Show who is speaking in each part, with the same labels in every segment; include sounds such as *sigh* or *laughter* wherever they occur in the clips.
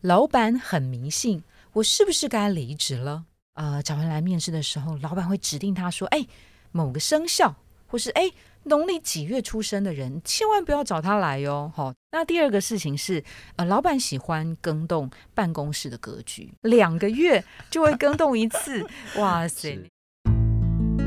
Speaker 1: 老板很迷信，我是不是该离职了？呃，找人来面试的时候，老板会指定他说：“哎，某个生肖，或是哎农历几月出生的人，千万不要找他来哟。”好，那第二个事情是，呃，老板喜欢更动办公室的格局，两个月就会更动一次。哇塞！
Speaker 2: 是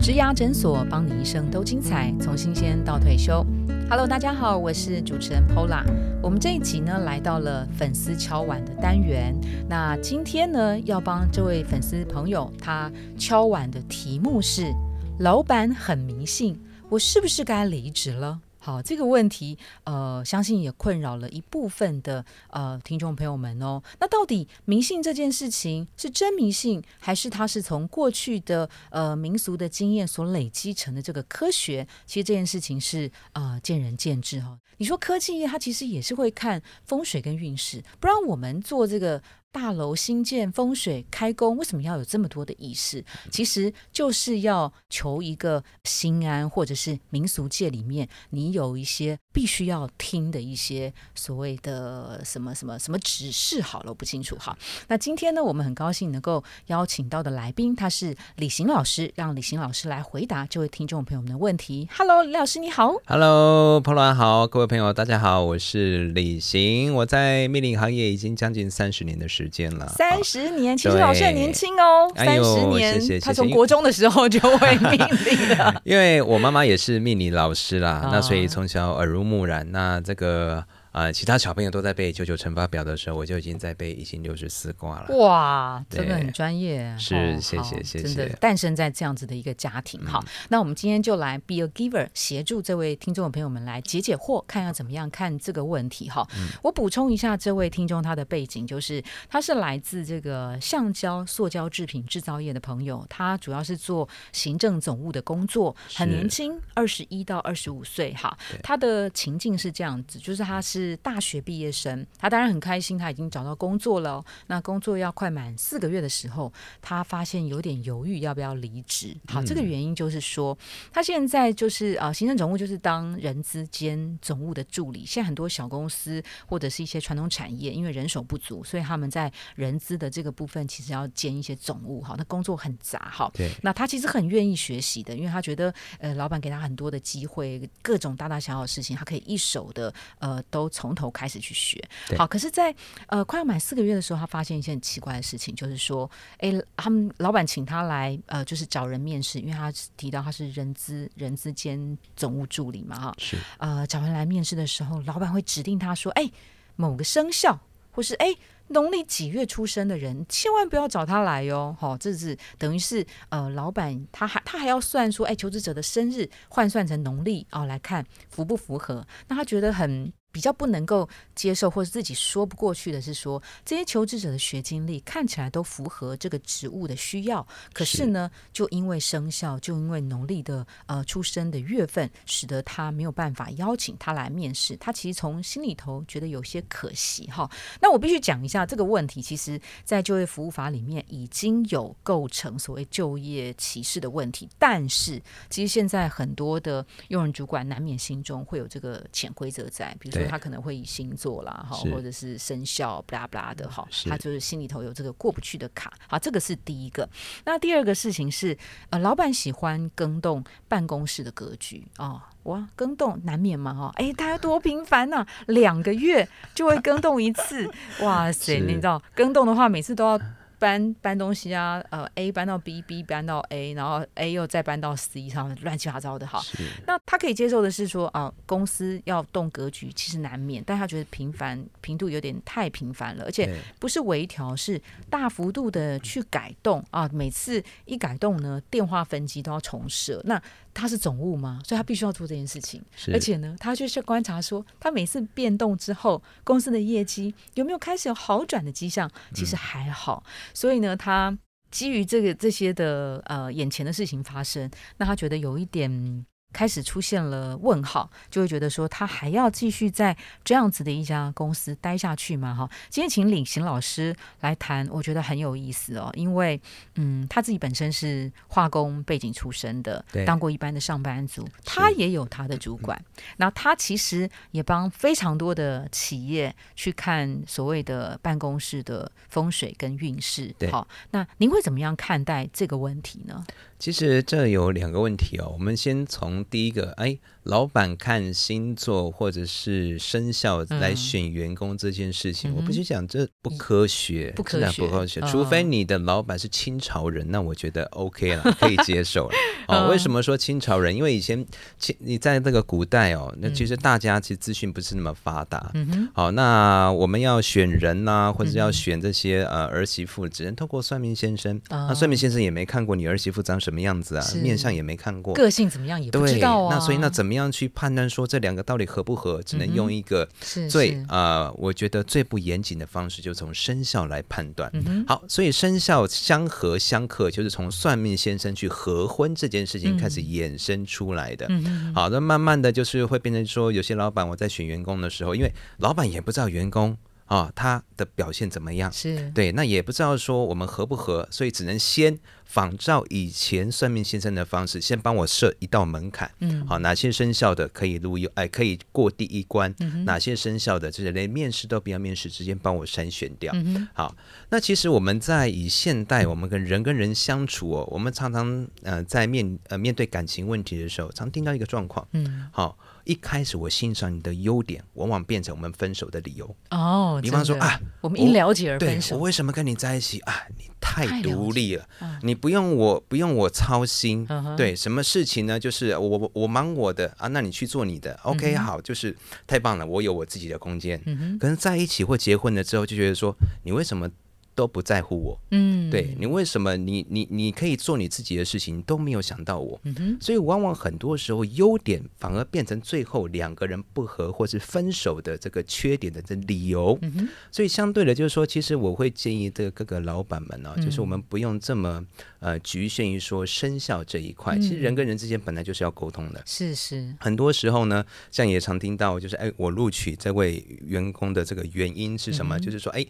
Speaker 1: 植牙诊所，帮你一生都精彩，从新鲜到退休。Hello，大家好，我是主持人 Pola。我们这一集呢，来到了粉丝敲碗的单元。那今天呢，要帮这位粉丝朋友，他敲碗的题目是：老板很迷信，我是不是该离职了？好，这个问题，呃，相信也困扰了一部分的呃听众朋友们哦。那到底迷信这件事情是真迷信，还是它是从过去的呃民俗的经验所累积成的这个科学？其实这件事情是呃见仁见智哈、你说科技业它其实也是会看风水跟运势，不然我们做这个。大楼新建、风水开工，为什么要有这么多的仪式？其实就是要求一个心安，或者是民俗界里面你有一些必须要听的一些所谓的什么什么什么指示。好了，我不清楚哈。那今天呢，我们很高兴能够邀请到的来宾，他是李行老师，让李行老师来回答这位听众朋友们的问题。Hello，李老师你好。
Speaker 2: Hello，彭兰好，各位朋友，大家好，我是李行，我在密林行业已经将近三十年的时间了，
Speaker 1: 三
Speaker 2: 啊
Speaker 1: 十年，其实老师很年轻哦，
Speaker 2: 哎
Speaker 1: 三
Speaker 2: 呦
Speaker 1: 十年，
Speaker 2: 谢谢
Speaker 1: 他
Speaker 2: 谢谢
Speaker 1: 从国中的时候就会命令了。
Speaker 2: *laughs* 因为我妈妈也是命理老师啦，
Speaker 1: 啊
Speaker 2: 那所以从小耳濡目染。那这个呃，其他小朋友都在背九九乘法表的时候，我就已经在背易经六十四卦了。
Speaker 1: 哇，
Speaker 2: 对
Speaker 1: *laughs* 真的很专业，
Speaker 2: 是
Speaker 1: 哦
Speaker 2: 谢谢
Speaker 1: 好
Speaker 2: 谢
Speaker 1: 真的
Speaker 2: 谢
Speaker 1: 诞生在这样子的一个家庭。好，那我们今天就来 be a giver，协助这位听众朋友们来解解惑，看要怎么样看这个问题。哈，我补充一下，这位听众他的背景就是，他是来自这个橡胶、塑胶制品制造业的朋友，他主要是做行政总务的工作，很
Speaker 2: 是
Speaker 1: 年轻，二十一到二十五岁。哈，他的情境是这样子，就是他是大学毕业生，他当然很开心，他已经找到工作了哦、那工作要快满四个月的时候，他发现有点犹豫要不要离职。好，这个原因就是说，他现在就是啊、呃行政总务就是当人资兼总务的助理。现在很多小公司或者是一些传统产业，因为人手不足，所以他们在人资的这个部分其实要兼一些总务。好，那工作很杂。好，
Speaker 2: 对，
Speaker 1: 那他其实很愿意学习的，因为他觉得呃，老板给他很多的机会，各种大大小小的事情，他可以一手的呃，都从头开始去学。
Speaker 2: 对
Speaker 1: 好，可是在，呃快要满四个月的时候，他发现一件很奇怪的事情，就是说，哎，他们老板请他来呃，就是找人面试，因为他提到他是人资人资兼总务助理嘛，哈，
Speaker 2: 是
Speaker 1: 呃，找人来面试的时候，老板会指定他说：“哎，某个生肖，或是哎农历几月出生的人，千万不要找他来哟、哦。这是等于是呃，老板他还他还要算说，哎，求职者的生日换算成农历哦来看符不符合。那他觉得很。比较不能够接受，或者自己说不过去的是说，这些求职者的学经历看起来都符合这个职务的需要，可是
Speaker 2: 是
Speaker 1: 呢，就因为生肖，就因为农历的呃出生的月份，使得他没有办法邀请他来面试。他其实从心里头觉得有些可惜哈。那我必须讲一下这个问题，其实在就业服务法里面已经有构成所谓就业歧视的问题，但是其实现在很多的用人主管难免心中会有这个潜规则在，比如说
Speaker 2: 对
Speaker 1: 他可能会以星座啦哈，
Speaker 2: 是嗯
Speaker 1: 或者是生肖不拉不拉的哈，
Speaker 2: 是
Speaker 1: 他就是心里头有这个过不去的坎。好，这个是第一个。那第二个事情是，呃，老板喜欢更动办公室的格局哦。哇，更动难免嘛哈、哦，哎，大家多频繁呐、两个月就会更动一次，哇塞！
Speaker 2: 是
Speaker 1: 你知道更动的话，每次都要搬搬东西啊，呃，A 搬到 B，B 搬到 A，然后 A 又再搬到 C，上乱七八糟的哈。
Speaker 2: 是
Speaker 1: 那他可以接受的是说啊、公司要动格局其实难免，但他觉得频繁频度有点太频繁了，而且
Speaker 2: 对
Speaker 1: 不是微调，是大幅度的去改动啊。每次一改动呢，电话分机都要重设。那他是总务嘛，所以他必须要做这件事情。
Speaker 2: 是，
Speaker 1: 而且呢，他就去观察说，他每次变动之后，公司的业绩有没有开始有好转的迹象？其实还好。所以呢，他基于这个这些的呃眼前的事情发生，那他觉得有一点。开始出现了问号，就会觉得说他还要继续在这样子的一家公司待下去吗？哈，今天请李行老师来谈，我觉得很有意思哦，因为嗯，他自己本身是化工背景出身的
Speaker 2: 对，
Speaker 1: 当过一般的上班族，他也有他的主管，那他其实也帮非常多的企业去看所谓的办公室的风水跟运势
Speaker 2: 对。
Speaker 1: 好，那您会怎么样看待这个问题呢？
Speaker 2: 其实这有两个问题哦，我们先从第一个，哎，老板看星座或者是生肖来选员工这件事情，
Speaker 1: 嗯
Speaker 2: 我必须讲这不科学，
Speaker 1: 不科
Speaker 2: 真的
Speaker 1: 学
Speaker 2: 不科学。
Speaker 1: 嗯
Speaker 2: 除非你的老板是清朝人，那我觉得 OK 了，可以接受了。
Speaker 1: *laughs* 嗯
Speaker 2: 哦，为什么说清朝人？因为以前清你在那个古代哦，那其实大家其实资讯不是那么发达，
Speaker 1: 嗯哼，嗯
Speaker 2: 好，那我们要选人呐、或者是要选这些、呃儿媳妇，只能透过算命先生。那算命先生也没看过你儿媳妇长什么样子啊
Speaker 1: 哦是，
Speaker 2: 面相也没看过。
Speaker 1: 个性怎么样也不
Speaker 2: 对，
Speaker 1: 知道啊。嗯
Speaker 2: 那所以那怎么样去判断说这两个到底合不合？只能用一个
Speaker 1: 是
Speaker 2: 最、
Speaker 1: 是
Speaker 2: 呃，我觉得最不严谨的方式，就从生肖来判断。
Speaker 1: 嗯哼
Speaker 2: 好，所以生肖相合相克，就是从算命先生去合婚这件事情开始衍生出来的。
Speaker 1: 嗯哼
Speaker 2: 好，那慢慢的就是会变成说，有些老板我在选员工的时候，因为老板也不知道员工啊、他的表现怎么样，
Speaker 1: 是
Speaker 2: 对，那也不知道说我们合不合，所以只能先仿照以前算命先生的方式，先帮我设一道门槛。
Speaker 1: 嗯
Speaker 2: 好，哪些生肖的可以录用，哎、可以过第一关？
Speaker 1: 嗯
Speaker 2: 哪些生肖的，就是连面试都不要面试，直接帮我筛选掉。
Speaker 1: 嗯哼
Speaker 2: 好，那其实我们在以现代我们跟人跟人相处哦，我们常常呃在面呃面对感情问题的时候，常听到一个状况，
Speaker 1: 嗯
Speaker 2: 好、一开始我欣赏你的优点，往往变成我们分手的理由。
Speaker 1: 哦，
Speaker 2: 比方说
Speaker 1: 真的
Speaker 2: 啊，
Speaker 1: 我们因
Speaker 2: 我
Speaker 1: 了解而
Speaker 2: 对
Speaker 1: 分手
Speaker 2: 我。为什么跟你在一起啊？你
Speaker 1: 太了
Speaker 2: 太
Speaker 1: 解
Speaker 2: 独立了，
Speaker 1: 嗯
Speaker 2: 你不用我不用我操心。
Speaker 1: 嗯哼
Speaker 2: 对，什么事情呢？就是我我我忙我的啊，那你去做你的。OK，、好，就是太棒了，我有我自己的空间。
Speaker 1: 嗯哼，
Speaker 2: 可是在一起或结婚了之后，就觉得说你为什么都不在乎我？
Speaker 1: 嗯，
Speaker 2: 对你为什么你你你可以做你自己的事情，你都没有想到我？
Speaker 1: 嗯哼，
Speaker 2: 所以往往很多时候优点反而变成最后两个人不和或是分手的这个缺点的这理由。
Speaker 1: 嗯哼，
Speaker 2: 所以相对的，就是说，其实我会建议这个各个老板们呢、就是我
Speaker 1: 嗯
Speaker 2: 们不用这么呃局限于说生肖这一块。
Speaker 1: 嗯
Speaker 2: 其实人跟人之间本来就是要沟通的。
Speaker 1: 是是，
Speaker 2: 很多时候呢，像也常听到，就是哎，我录取这位员工的这个原因是什
Speaker 1: 嗯
Speaker 2: 么？就是说，哎，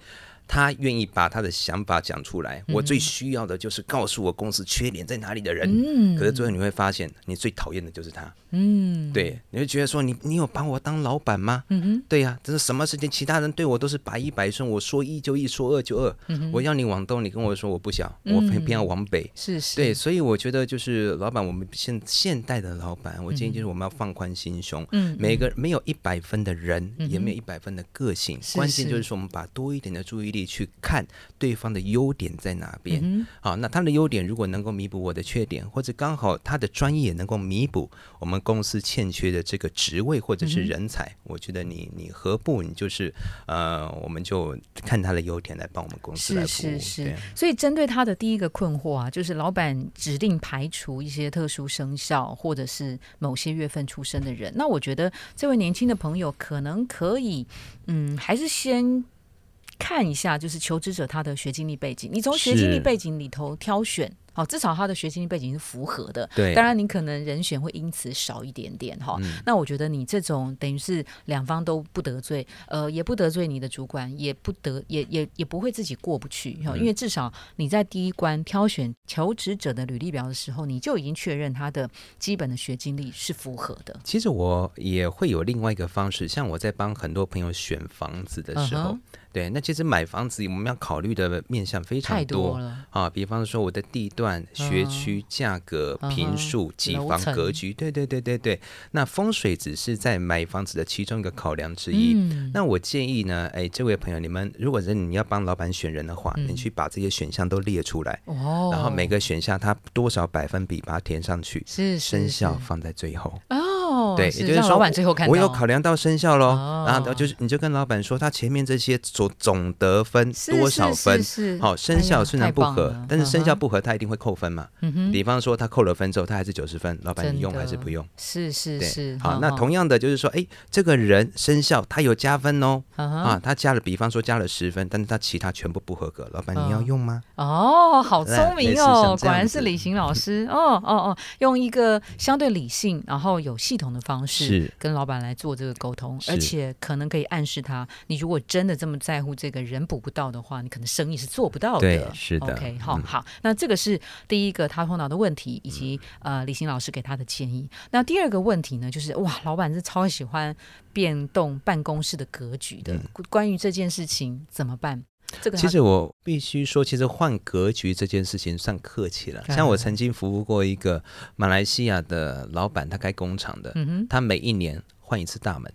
Speaker 2: 他愿意把他的想法讲出来。
Speaker 1: 嗯
Speaker 2: 我最需要的就是告诉我公司缺点在哪里的人。
Speaker 1: 嗯
Speaker 2: 可是最后你会发现，你最讨厌的就是他。
Speaker 1: 嗯，
Speaker 2: 对，你会觉得说你你有把我当老板吗？
Speaker 1: 嗯哼，
Speaker 2: 对呀、这是什么事情？其他人对我都是百依百顺，我说一就一，说二就二。
Speaker 1: 嗯
Speaker 2: 我要你往东，你跟我说我不想，我偏偏要往北。
Speaker 1: 是是，
Speaker 2: 对，所以我觉得就是老板，我们现现代的老板，我建议就是我们要放宽心胸。
Speaker 1: 嗯，
Speaker 2: 每个没有一百分的人，也没有一百分的个性，
Speaker 1: 是
Speaker 2: 关键就是是说我们把多一点的注意力去看对方的优点在哪边。
Speaker 1: 嗯
Speaker 2: 好，那他的优点如果能够弥补我的缺点，或者刚好他的专业也能够弥补我们公司欠缺的这个职位或者
Speaker 1: 嗯
Speaker 2: 是人才，我觉得你你何不你就是呃，我们就看他的优点来帮我们公司来
Speaker 1: 是
Speaker 2: 服务。
Speaker 1: 是是
Speaker 2: 对，
Speaker 1: 所以针对他的第一个困惑啊，就是老板指定排除一些特殊生肖或者是某些月份出生的人。那我觉得这位年轻的朋友可能可以，嗯，还是先。看一下，就是求职者他的学经历背景，你从学经历
Speaker 2: 是
Speaker 1: 背景里头挑选，好、至少他的学经历背景是符合的。
Speaker 2: 对嗯
Speaker 1: 当然你可能人选会因此少一点点哈。那我觉得你这种等于是两方都不得罪，呃，也不得罪你的主管，也不得也也也不会自己过不去
Speaker 2: 嗯
Speaker 1: 哈，因为至少你在第一关挑选求职者的履历表的时候，你就已经确认他的基本的学经历是符合的。
Speaker 2: 其实我也会有另外一个方式，像我在帮很多朋友选房子的时
Speaker 1: 嗯
Speaker 2: 候
Speaker 1: 哼
Speaker 2: 对，那其实买房子我们要考虑的面向非常
Speaker 1: 太
Speaker 2: 多
Speaker 1: 多了，
Speaker 2: 啊，比方说我的地段、学区、价格、
Speaker 1: 嗯哼
Speaker 2: 平数、几
Speaker 1: 楼
Speaker 2: 房
Speaker 1: 层
Speaker 2: 格局，对对对对对。那风水只是在买房子的其中一个考量之一。
Speaker 1: 嗯，
Speaker 2: 那我建议呢，哎，这位朋友，你们如果是你要帮老板选人的话，你去把这些选项都列出来，
Speaker 1: 嗯哦，
Speaker 2: 然后每个选项它多少百分比把它填上去，
Speaker 1: 是是
Speaker 2: 生肖
Speaker 1: 是
Speaker 2: 放在最后。
Speaker 1: 哦，
Speaker 2: 对，
Speaker 1: 是
Speaker 2: 也就是
Speaker 1: 让
Speaker 2: 说
Speaker 1: 老板最后看到，
Speaker 2: 我有考量到生效喽，
Speaker 1: 哦
Speaker 2: 然后就是你就跟老板说，他前面这些总总得分
Speaker 1: 是
Speaker 2: 多少
Speaker 1: 是，
Speaker 2: 分
Speaker 1: 是是
Speaker 2: 好、生效虽然不合，
Speaker 1: 哎呀太棒了
Speaker 2: 但是生效
Speaker 1: 嗯哼
Speaker 2: 不合，他一定会扣分嘛。
Speaker 1: 嗯哼，
Speaker 2: 比方说他扣了分之后，他还是九十分，老板
Speaker 1: 真
Speaker 2: 你用
Speaker 1: 的
Speaker 2: 还是不用？
Speaker 1: 是是
Speaker 2: 对
Speaker 1: 是，
Speaker 2: 好，
Speaker 1: 嗯
Speaker 2: 那
Speaker 1: 哼
Speaker 2: 同样的就是说，哎，这个人生效他有加分哦，
Speaker 1: 嗯哼
Speaker 2: 啊，他加了，比方说加了十分，但是他其他全部不合格，老板你要
Speaker 1: 嗯
Speaker 2: 用吗？
Speaker 1: 哦，好
Speaker 2: 对
Speaker 1: 聪
Speaker 2: 类
Speaker 1: 明
Speaker 2: 似像
Speaker 1: 哦，
Speaker 2: 这
Speaker 1: 果
Speaker 2: 样
Speaker 1: 然是
Speaker 2: 子
Speaker 1: 李行老师。哦哦哦，用一个相对理性，然后有系统的方式
Speaker 2: 是
Speaker 1: 跟老板来做这个沟通，而
Speaker 2: 是
Speaker 1: 且可能可以暗示他，你如果真的这么在乎这个人补不到的话，你可能生意是做不到的。
Speaker 2: 对是的
Speaker 1: OK，好、
Speaker 2: 嗯
Speaker 1: 好，那这个是第一个他碰到的问题，以及、
Speaker 2: 嗯
Speaker 1: 呃李行老师给他的建议。那第二个问题呢，就是哇，老板是超喜欢变动办公室的格局的。关于这件事情怎么办？这个
Speaker 2: 嗯其
Speaker 1: 他
Speaker 2: 实我必须说，其实换格局这件事情算客气了。像我曾经服务过一个马来西亚的老板，他开工厂的，
Speaker 1: 嗯哼。
Speaker 2: 他每一年换一次
Speaker 1: *laughs*
Speaker 2: 大门，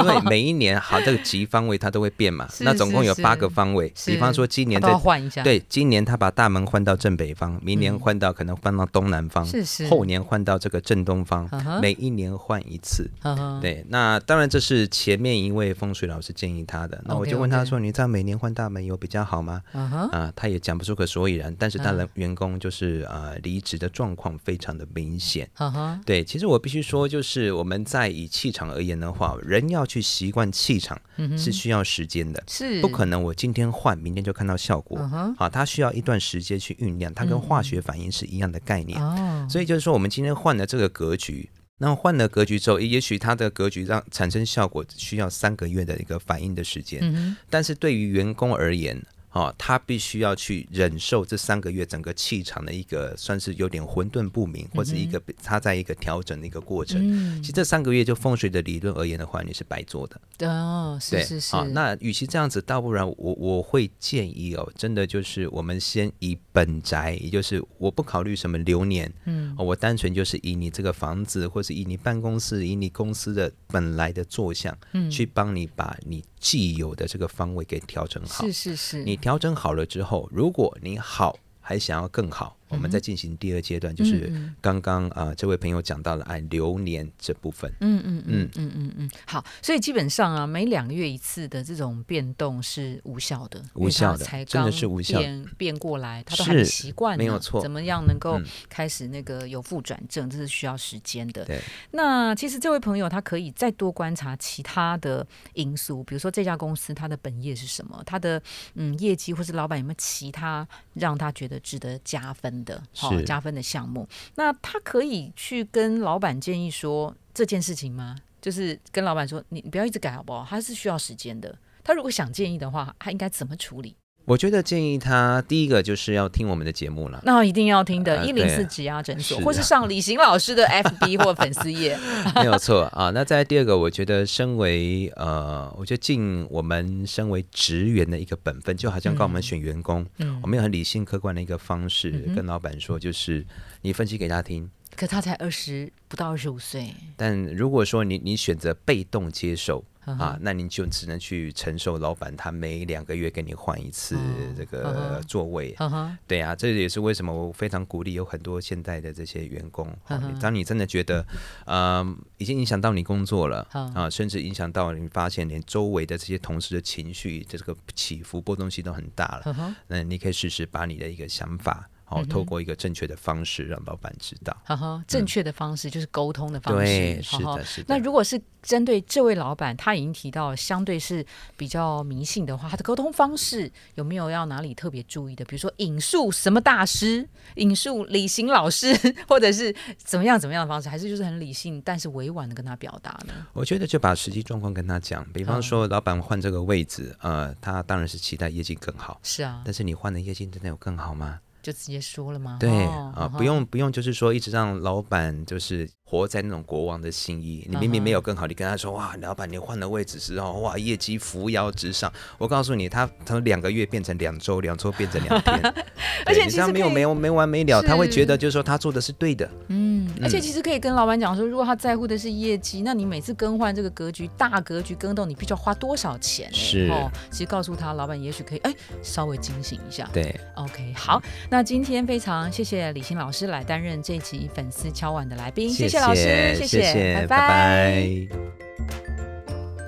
Speaker 2: 因为每一年好这个级方位它都会变嘛。
Speaker 1: 是
Speaker 2: 那总共有
Speaker 1: 是
Speaker 2: 八个方位，
Speaker 1: 是
Speaker 2: 比方说今年
Speaker 1: 哦他都要
Speaker 2: 在
Speaker 1: 换一下，
Speaker 2: 对今年他把大门换到正北方，明年
Speaker 1: 嗯
Speaker 2: 换到可能换到东南方，
Speaker 1: 是是
Speaker 2: 后年换到这个正东方
Speaker 1: 嗯哼，
Speaker 2: 每一年换一次。
Speaker 1: 呵呵，
Speaker 2: 对，那当然这是前面一位风水老师建议他的。那我
Speaker 1: OK，
Speaker 2: 就问他
Speaker 1: OK
Speaker 2: 说：“你知道每年换大门有比较好吗
Speaker 1: 嗯？”哼，
Speaker 2: 啊、他也讲不出个所以然，但是他
Speaker 1: 嗯
Speaker 2: 的员工就是呃离职的状况非常的明显。
Speaker 1: 嗯哼，
Speaker 2: 对，其实我必须说，就是我们在以气场而言的话，人要去习惯气场
Speaker 1: 嗯哼，
Speaker 2: 是需要时间的，
Speaker 1: 是
Speaker 2: 不可能我今天换，明天就看到效果。
Speaker 1: 嗯哼，
Speaker 2: 啊，它需要一段时间去酝酿，它跟化学反应是一样的概念。
Speaker 1: 哦，
Speaker 2: 所以就是说，我们今天换了这个格局，那换了格局之后，也许它的格局让产生效果需要三个月的一个反应的时间，
Speaker 1: 嗯
Speaker 2: 但是对于员工而言。哦，他必须要去忍受这三个月整个气场的一个算是有点混沌不明，或者一个他在一个调整的一个过
Speaker 1: 哼，
Speaker 2: 程。
Speaker 1: 嗯
Speaker 2: 其实这三个月就风水的理论而言的话，你是白做的。
Speaker 1: 哦，是
Speaker 2: 对，
Speaker 1: 是是
Speaker 2: 好，，那与其这样子，倒不然我我会建议哦，真的就是我们先以本宅，也就是我不考虑什么流年，
Speaker 1: 嗯
Speaker 2: 哦我单纯就是以你这个房子，或是以你办公室，以你公司的本来的坐向，
Speaker 1: 嗯，
Speaker 2: 去帮你把你既有的这个方位给调整好
Speaker 1: 是。是是，
Speaker 2: 你调整好了之后，如果你好还想要更好，我们再进行第二阶段，就是
Speaker 1: 嗯
Speaker 2: 刚刚啊、呃这位朋友讲到了哎流年这部分。
Speaker 1: 嗯嗯嗯嗯嗯嗯嗯，好，所以基本上啊，每两个月一次的这种变动是无效的，
Speaker 2: 无效的
Speaker 1: 因为它才
Speaker 2: 真的
Speaker 1: 刚
Speaker 2: 是无效的
Speaker 1: 变变过来，他都还没
Speaker 2: 是
Speaker 1: 习惯呢，
Speaker 2: 没有错
Speaker 1: 怎么样能够
Speaker 2: 嗯
Speaker 1: 开始那个有负转正，这是需要时间的。
Speaker 2: 对，
Speaker 1: 那其实这位朋友他可以再多观察其他的因素，比如说这家公司它的本业是什么，它的嗯业绩或是老板有没有其他让他觉得值得加分的，好、
Speaker 2: 是
Speaker 1: 加分的项目。那他可以去跟老板建议说这件事情吗？就是跟老板说，你你不要一直改好不好？他是需要时间的。他如果想建议的话，他应该怎么处理？
Speaker 2: 我觉得建议他第一个就是要听我们的节目了。
Speaker 1: 那一定要听的，
Speaker 2: 呃
Speaker 1: 一零四
Speaker 2: 对
Speaker 1: 指压诊所，
Speaker 2: 是
Speaker 1: 或啊是上李行老师 *laughs* 的 FB 或粉丝页。
Speaker 2: *laughs* 没有错啊。那在第二个，我觉得身为呃，我觉得尽我们身为职员的一个本分，就好像跟我们选员工，
Speaker 1: 嗯
Speaker 2: 我，们有很理性客观的一个方式、
Speaker 1: 嗯哼
Speaker 2: 跟老板说，就是你分析给他听。
Speaker 1: 可他才二十不到二十五岁，
Speaker 2: 但如果说你你选择被动接受。
Speaker 1: 嗯哼
Speaker 2: 啊，那你就只能去承受老板他每两个月给你换一次
Speaker 1: 哦
Speaker 2: 这
Speaker 1: 嗯
Speaker 2: 个
Speaker 1: 哼
Speaker 2: 座位，
Speaker 1: 呵呵，
Speaker 2: 对啊，这也是为什么我非常鼓励有很多现代的这些员工，哦
Speaker 1: 嗯哼
Speaker 2: 你当你真的觉得，嗯，已经影响到你工作了
Speaker 1: 嗯
Speaker 2: 啊，甚至影响到你发现连周围的这些同事的情绪，这个起伏波动性都很大了，
Speaker 1: 呵呵，
Speaker 2: 那你可以试试把你的一个想法，
Speaker 1: 嗯
Speaker 2: 哦
Speaker 1: 哼，
Speaker 2: 透过一个正确的方式让老板知道。
Speaker 1: 呵呵，正确的方式就是沟通的方式，
Speaker 2: 嗯对，
Speaker 1: 呵
Speaker 2: 是
Speaker 1: 呵
Speaker 2: 的，是的。
Speaker 1: 那如果是针对这位老板，他已经提到相对是比较迷信的话，他的沟通方式有没有要哪里特别注意的？比如说引述什么大师， *laughs* 引述李行老师，或者是怎么样怎么样的方式，还是就是很理性但是委婉的跟他表达呢？
Speaker 2: 我觉得就把实际状况跟他讲，比
Speaker 1: 嗯
Speaker 2: 方说老板换这个位置，呃，他当然是期待业绩更好，
Speaker 1: 是啊，
Speaker 2: 但是你换的业绩真的有更好吗？
Speaker 1: 就直接说了嘛。
Speaker 2: 对
Speaker 1: 哦
Speaker 2: 啊、不。
Speaker 1: 呵呵
Speaker 2: 用不用，就是说一直让老板就是活在那种国王的心意。你明明
Speaker 1: 嗯
Speaker 2: 没有更好，你跟他说哇，老板你换了位置之后，哇，业绩扶摇直上。我告诉你，他从两个月变成两周，两周变成两天，对
Speaker 1: *laughs* 而且
Speaker 2: 你
Speaker 1: 其
Speaker 2: 这样
Speaker 1: 实
Speaker 2: 没有
Speaker 1: 可以
Speaker 2: 没有没完没了，他会觉
Speaker 1: 是
Speaker 2: 得就是说他做的是对的。
Speaker 1: 嗯，而且其实可以跟老板讲说，如果他在乎的是业绩，那你每次更换这个格局，大格局更动，你必须要花多少钱、欸？
Speaker 2: 是
Speaker 1: 哦，其实告诉他，老板也许可以哎稍微警醒一下。
Speaker 2: 对，
Speaker 1: OK，好，那今天非常谢谢李欣老师来担任这一集粉丝敲碗的来宾，
Speaker 2: 谢
Speaker 1: 谢老师，
Speaker 2: 谢
Speaker 1: 谢，
Speaker 2: 谢
Speaker 1: 拜
Speaker 2: 拜拜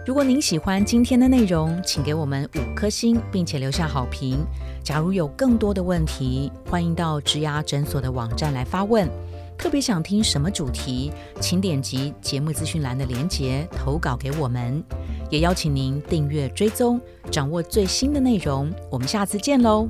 Speaker 1: 如果您喜欢今天的内容，请给我们五颗星，并且留下好评。假如有更多的问题，欢迎到植牙诊所的网站来发问。特别想听什么主题，请点击节目资讯栏的连结投稿给我们。也邀请您订阅追踪，掌握最新的内容。我们下次见喽！